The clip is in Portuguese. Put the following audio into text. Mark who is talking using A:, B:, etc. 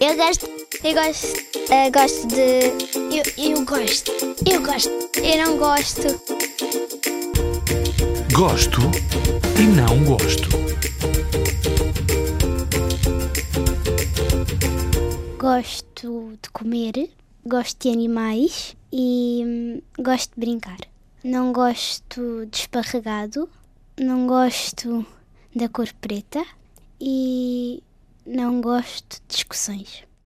A: Eu gosto. Eu gosto. eh, gosto de. Eu, eu gosto. Eu gosto. Eu não gosto.
B: Gosto e não gosto.
A: Gosto de comer. Gosto de animais. E hum, gosto de brincar. Não gosto de esparregado. Não gosto da cor preta. E não gosto de discussões.